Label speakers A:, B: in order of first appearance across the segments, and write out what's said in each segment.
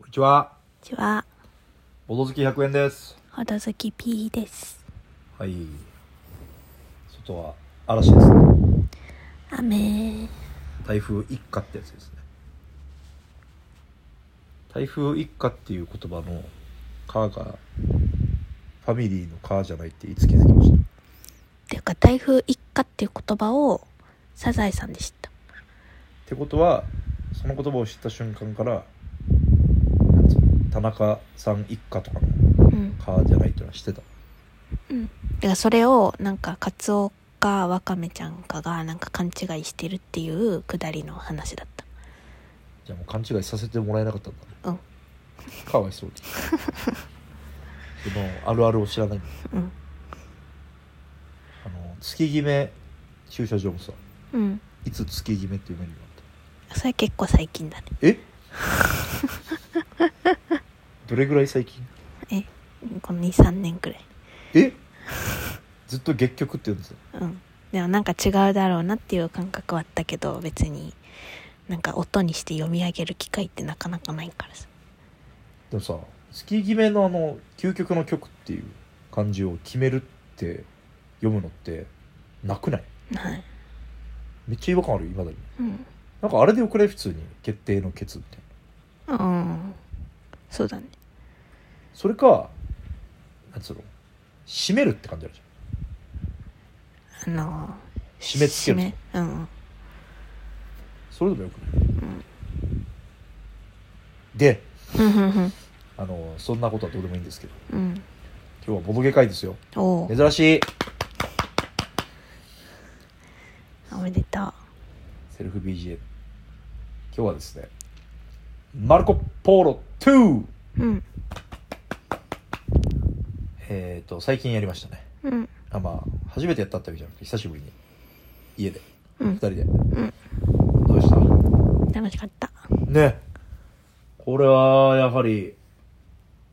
A: んにちは。
B: こんにちは、
A: ボド好き100円です。
B: ほどずき P です。
A: はい。外は嵐ですね。
B: 雨、
A: 台風一過ってやつですね。台風一過っていう言葉の「か」がファミリーの「か」じゃないっていつ気づきました
B: ていうか台風一過っていう言葉をサザエさんで知った。
A: ってことはその言葉を知った瞬間からなんつうの田中さん一家とかの
B: うん。
A: 「か」じゃないっていうのは知ってた
B: だからそれをなんかカツオかワカメちゃんかがなんか勘違いしてるっていうくだりの話だった。
A: じゃあもう勘違いさせてもらえなかったんだ、
B: うん
A: かわいそうにそのあるあるを知らない
B: うん。
A: あの月決め駐車場もさ
B: うん。
A: いつ月決めっていうメニューがあっ
B: それ結構最近だね。
A: たえどれぐらい最近
B: え、この2、3年くらい。
A: えずっと月曲って言うんですよ
B: うん。でもなんか違うだろうなっていう感覚はあったけど、別になんか音にして読み上げる機会ってなかなかないからさ。
A: でもさ月決めのあの究極の曲っていう漢字を決めるって読むのってなくない
B: はい。
A: めっちゃ違和感あるいまだに
B: うん。
A: なんかあれでよくない普通に決定の決みたいな
B: うん。そうだね。
A: それかなんつうの締めるって感じあるじゃん
B: あの
A: 締め付ける
B: 締めうん
A: それでもよくない、で
B: うんうんうん
A: あのそんなことはどうでもいいんですけど
B: うん
A: 今日はボドゲ会ですよ
B: おう
A: 珍しい
B: おめでとう
A: セルフ BGM 今日はですねマルコ・ポーロ2
B: うん
A: えっ、と最近やりましたね
B: うん
A: あまあ初めてやったってわけじゃなくて久しぶりに家で
B: う
A: 二
B: ん
A: 人で、
B: ん
A: どうでした
B: 楽しかった
A: ねこれはやはり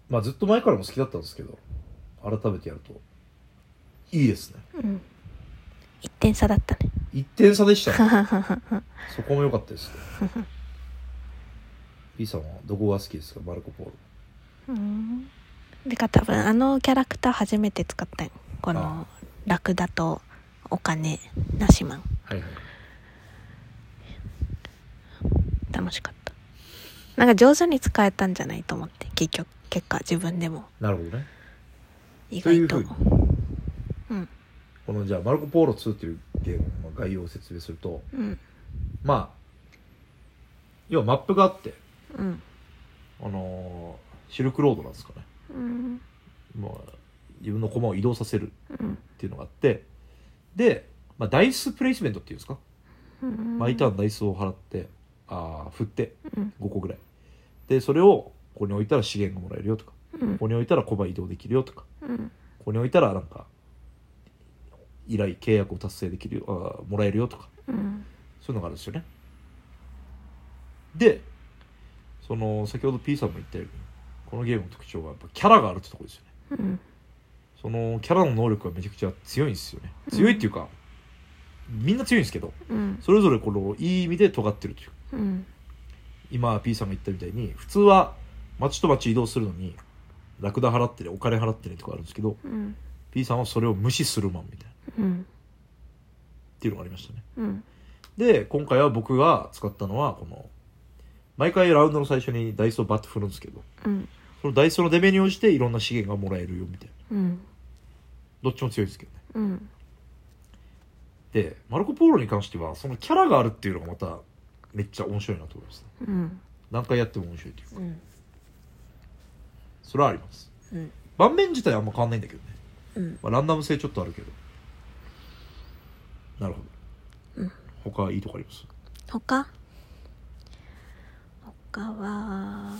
A: まあずっと前からも好きだったんですけど改めてやるといいですね
B: うん一点差だったね
A: 1点差でしたねそこも良かったですね B さんはどこが好きですかマルコ・ポーロ
B: うんてか多分あのキャラクター初めて使ったんこ
A: あ
B: のラクダとお金なしマン
A: はいはい
B: 楽しかったなんか上手に使えたんじゃないと思って結局結果自分でも
A: なるほどね
B: 意外と
A: というふこのじゃあマルコ・ポーロ2というゲームの概要を説明すると
B: うん
A: まあ要はマップがあって
B: うん
A: あのーシルクロードなんですかね
B: うん
A: まあ自分の駒を移動させる
B: うん
A: っていうのがあってで、まあ、ダイスプレイスメントっていうんですか、
B: うん
A: 毎ターンダイスを払ってあー振って
B: うん
A: 5個ぐらいでそれをここに置いたら資源がもらえるよとか
B: うん
A: ここに置いたらコマ移動できるよとか
B: うん
A: ここに置いたらなんか依頼契約を達成できるよあーもらえるよとか
B: うん
A: そういうのがあるんですよねでその先ほど P さんも言ったようにこのゲームの特徴はやっぱキャラがあるってとこですよね
B: うん
A: そのキャラの能力がめちゃくちゃ強いんですよね強いっていうか、みんな強いんですけど
B: うん
A: それぞれこのいい意味で尖ってるという
B: うん
A: 今 P さんが言ったみたいに普通は町と町移動するのにラクダ払ってねお金払ってねとかあるんですけど
B: うん
A: P さんはそれを無視するマンみたいなっ
B: うん
A: ていうのがありましたね
B: うん
A: で今回は僕が使ったのはこの毎回ラウンドの最初にダイスをバッと振るんですけど
B: うん
A: そのダイスの出目に応じていろんな資源がもらえるよみたいな
B: うん
A: どっちも強いですけどね
B: うん
A: でマルコ・ポーロに関してはそのキャラがあるっていうのがまためっちゃ面白いなと思いますね
B: うん
A: 何回やっても面白いというか
B: うん
A: それはあります
B: うん
A: 盤面自体はあんま変わんないんだけどね
B: うん
A: まあ、ランダム性ちょっとあるけどなるほど、他いいとこあります
B: 他他は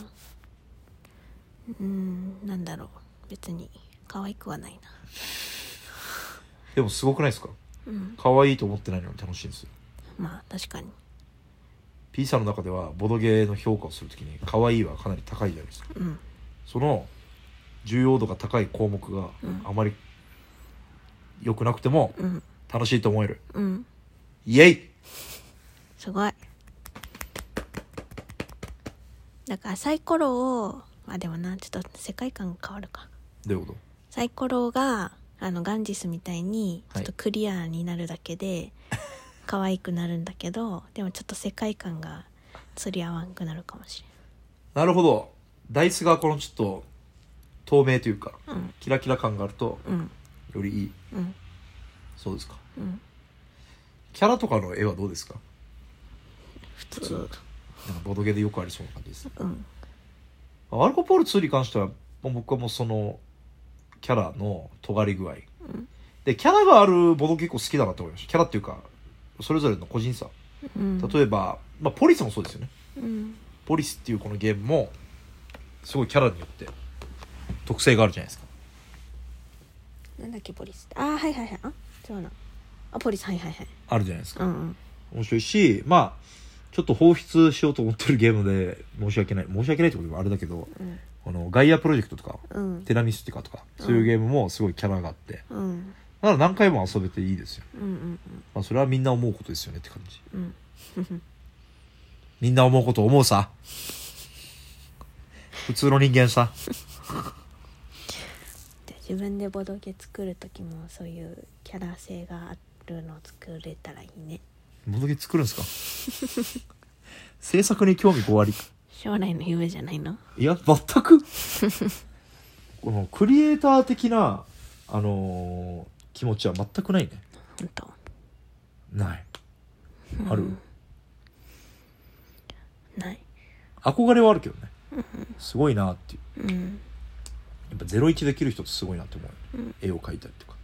B: うんなんだろう別に可愛くはないな
A: でもすごくないですか
B: うん
A: 可愛いと思ってないのに楽しいんですよ
B: まあ確かに
A: P さんの中ではボドゲーの評価をするときに可愛いはかなり高いじゃないですか
B: うん
A: その重要度が高い項目が
B: うん
A: あまり良くなくても
B: うん
A: 楽しいと思える
B: うん
A: イエイ
B: すごいだからサイコロをあでもなちょっと世界観が変わるか
A: どういうこ
B: サイコロがあのガンジスみたいにち
A: は
B: ょ
A: い
B: っとクリアになるだけ で、可愛くなるんだけどでもちょっと世界観が釣り合わんくなるかもし
A: となるほどダイスがこのちょっと透明というか
B: れんうん
A: キラキラ感があると
B: うん
A: よりいい
B: うん
A: そうですか
B: うん
A: キャラとかの絵はどうですか
B: 普
A: 普通
B: 通
A: なんかボドゲでよくありそうな感じです
B: うん
A: アルコポール2に関してはもう僕はもうそのキャラの尖り具合
B: うん
A: でキャラがあるボドゲ結構好きだなと思いましたキャラっていうかそれぞれの個人差
B: うん
A: 例えば、まあ、ポリスもそうですよね
B: うん
A: ポリスっていうこのゲームもすごいキャラによって特性があるじゃないですか
B: なんだっけポリスあーはいはいはいあ違うなあポリスはいはいはい
A: あるじゃないですか
B: うんうん
A: 面白いしまあちょっと放出しようと思ってるゲームで申し訳ない申し訳ないってこともあれだけど
B: うん
A: このガイアプロジェクトとか
B: うん
A: テラミスティカとかそういうゲームもすごいキャラがあって
B: うん
A: だから何回も遊べていいですよ、
B: うんうん
A: まあ、それはみんな思うことですよねって感じ
B: うん
A: みんな思うこと思うさ 普通の人間さ
B: で自分でボドゲ作る時もそういうキャラ性があるのを作れたらいいね
A: ボドゲ作るんですか 制作に興味5割
B: 将来の夢じゃないの
A: いや全く このクリエイター的なあのー気持ちは全くないね
B: 本当
A: ないある、
B: うんない
A: 憧れはあるけどねすごいなっていう
B: うん
A: やっぱ01できる人ってすごいなって思う、
B: うん
A: 絵を描いたりとか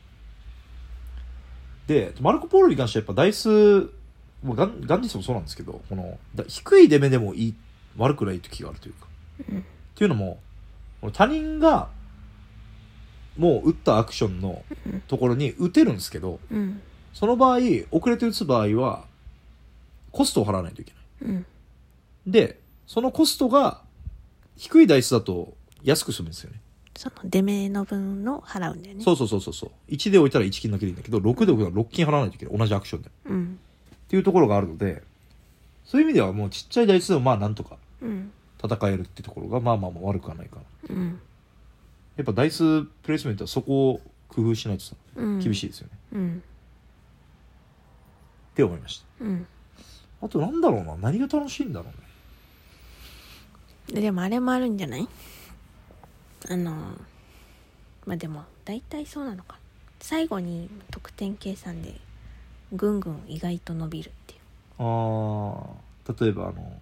A: でマルコ・ポーロに関してはやっぱダイスもうガンガンジスもそうなんですけどこのだ低い出目でもいい悪くない時があるというか、
B: うん
A: っていうのもこの他人がもう打ったアクションの
B: うん
A: ところに打てるんですけど
B: うん
A: その場合遅れて打つ場合はコストを払わないといけない
B: うん
A: でそのコストが低いダイスだと安く済むんですよね
B: その出目の分の払うんだよね
A: そうそうそうそうそう。1で置いたら1金だけでいいんだけど、6で置いたら6金払わないといけない。同じアクションで。っ
B: うん
A: ていうところがあるので、そういう意味ではもうちっちゃい台数でもまあなんとか
B: うん
A: 戦えるってところがまあまあまあ悪くはないかな。
B: うん
A: やっぱダイスプレイスメントはそこを工夫しないとさ、
B: うん
A: 厳しいですよね。
B: うん
A: って思いました。
B: うん
A: あとなんだろうな。何が楽しいんだろうね。
B: ででもあれもあるんじゃないあのまあでも大体そうなのか最後に得点計算でぐんぐん意外と伸びるってい
A: あー、例えばあの、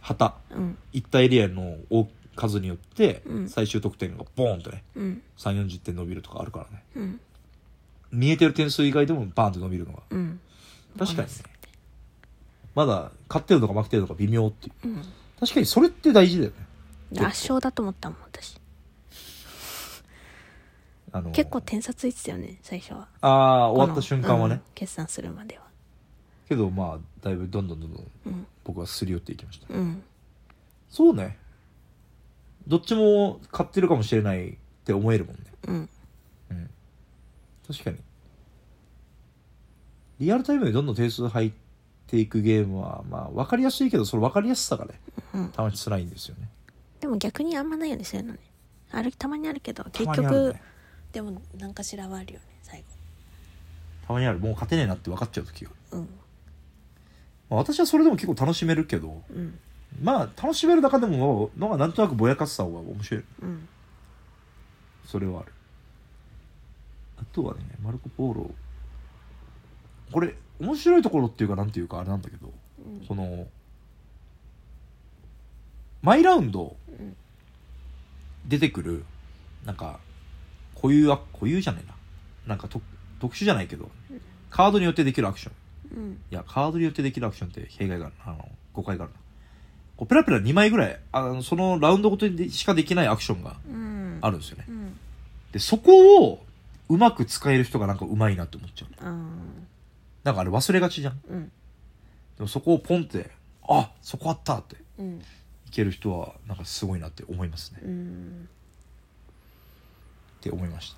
A: 旗。
B: ううん
A: 行ったエリアの大数によって
B: うん
A: 最終得点がボーンとね、
B: うん
A: 3、40点伸びるとかあるからね。
B: うん
A: 見えてる点数以外でもバーンと伸びるのが
B: うん
A: 確かにねまだ勝ってるのか負けてるのか微妙っていう
B: うん
A: 確かにそれって大事だよね
B: 圧勝だと思ったもん私
A: あの
B: 結構点差ついてたよね最初は
A: ああ終わった瞬間は
B: うん
A: ね、
B: 決算するまでは
A: けどまあだいぶどんどんどんどん
B: うん
A: 僕はすり寄っていきました、
B: うん
A: そうねどっちも勝ってるかもしれないって思えるもんね
B: うん
A: うん確かにリアルタイムでどんどん点数入っていくゲームはまあ分かりやすいけどその分かりやすさがね
B: うん
A: たまに辛いんですよね
B: でも逆にあんまないよねそういうのねあるたまにあるけど結
A: たまにある
B: 局
A: ね
B: でも何かしらはあるよね最
A: たまにあるもう勝てねえなって分かっちゃう時が
B: 後
A: まあ私はそれでも結構楽しめるけど
B: うんうん
A: まあ楽しめる中でもなんかなんとなくぼやかした方が面白い
B: うん
A: それはあるあとはねマルコ・ポーロこれ面白いところっていうかなんていうかあれなんだけど
B: うん
A: そのマイラウンド
B: うん
A: 出てくるなんか固有あ固有じゃないななんかと特殊じゃないけどカードによってできるアクション
B: うん
A: いや、カードによってできるアクションって弊害があるな。あの、誤解があるな。こう、ペラペラ2枚ぐらい、あの、そのラウンドごとにでしかできないアクションが
B: うん
A: あるんですよね。
B: うん
A: で、そこをうまく使える人がなんかうまいなって思っちゃう。
B: あー
A: なんかあれ忘れがちじゃん。
B: うん
A: でもそこをポンって、あ、そこあったって、
B: うん
A: いける人はなんかすごいなって思いますね。
B: うん
A: って思いまし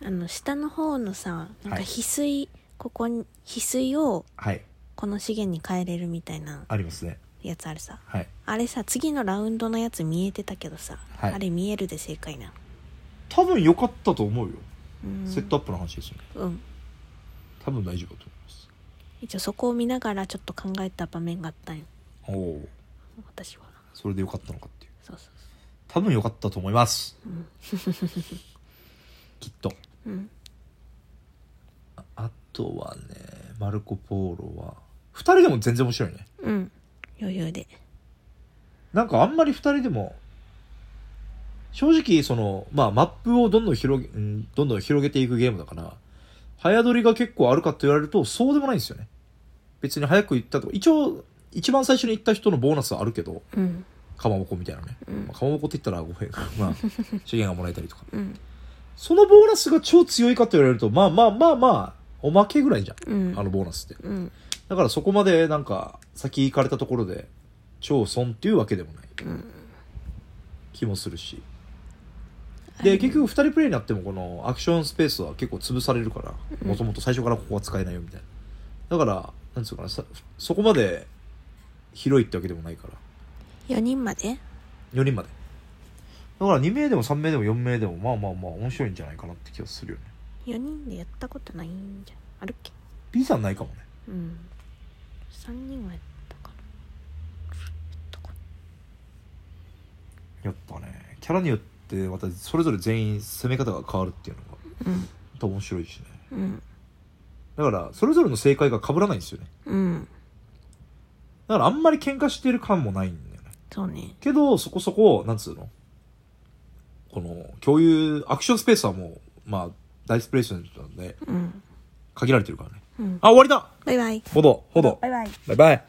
A: た。
B: あの下の方のさなん
A: は
B: か
A: い
B: 翡翠、ここに翡翠を
A: はい。
B: この資源に変えれるみたいな
A: ありますね。
B: やつあるさ
A: はい
B: あれさ次のラウンドのやつ見えてたけどさ、
A: はい
B: あれ見えるで正解なの
A: 多分良かったと思うよ、
B: うん
A: セットアップの話ですよね
B: うん
A: 多分大丈夫だと思います
B: 一応そこを見ながらちょっと考えた場面があったんよ
A: おおー
B: 私は
A: それで良かったのかっていう
B: そうそうそ
A: 多分良かったと思います、 きっと
B: ううん
A: ああとはねマルコ・ポーロは2人でも全然面白いね
B: うん余裕で
A: なんかあんまり2人でも正直そのまあマップをどんどん広げ、うん、どんどん広げていくゲームだから早撮りが結構あるかと言われるとそうでもないんですよね別に早く行ったとか一応一番最初に行った人のボーナスはあるけど
B: うん
A: かまぼこみたいなね、
B: うん
A: まあ、かまぼこって言ったらごめん まあ資源がもらえたりとか
B: うん
A: そのボーナスが超強いかと言われるとまあまあまあまあおまけぐらいじゃん
B: うん
A: あのボーナスって
B: うん
A: だからそこまでなんか先行かれたところで超損っていうわけでもない
B: うん
A: 気もするし
B: あれ
A: で結局2人プレイになってもこのアクションスペースは結構潰されるから
B: うん
A: もともと最初からここは使えないよみたいなだからなんつうかなさそこまで広いってわけでもないから
B: 4人まで
A: 4人までだから2名でも3名でも4名でもまあまあまあ面白いんじゃないかなって気がするよね
B: 4人でやったことないんじゃんあるっけ
A: B さんないかもね
B: うん3人はやったかなやったかな
A: やっぱねキャラによってまたそれぞれ全員攻め方が変わるっていうのが
B: うん
A: また面白いしね
B: うん
A: だからそれぞれの正解が被らないんですよね
B: うん
A: だからあんまり喧嘩してる感もないんだよね
B: そうね
A: けどそこそこなんつうのこの共有アクションスペースはもうまあダイスプレイスなんで
B: うん
A: 限られてるからね
B: うん
A: あ終わりだ
B: バイバイ
A: ほどほど
B: バイバイ
A: バイバイ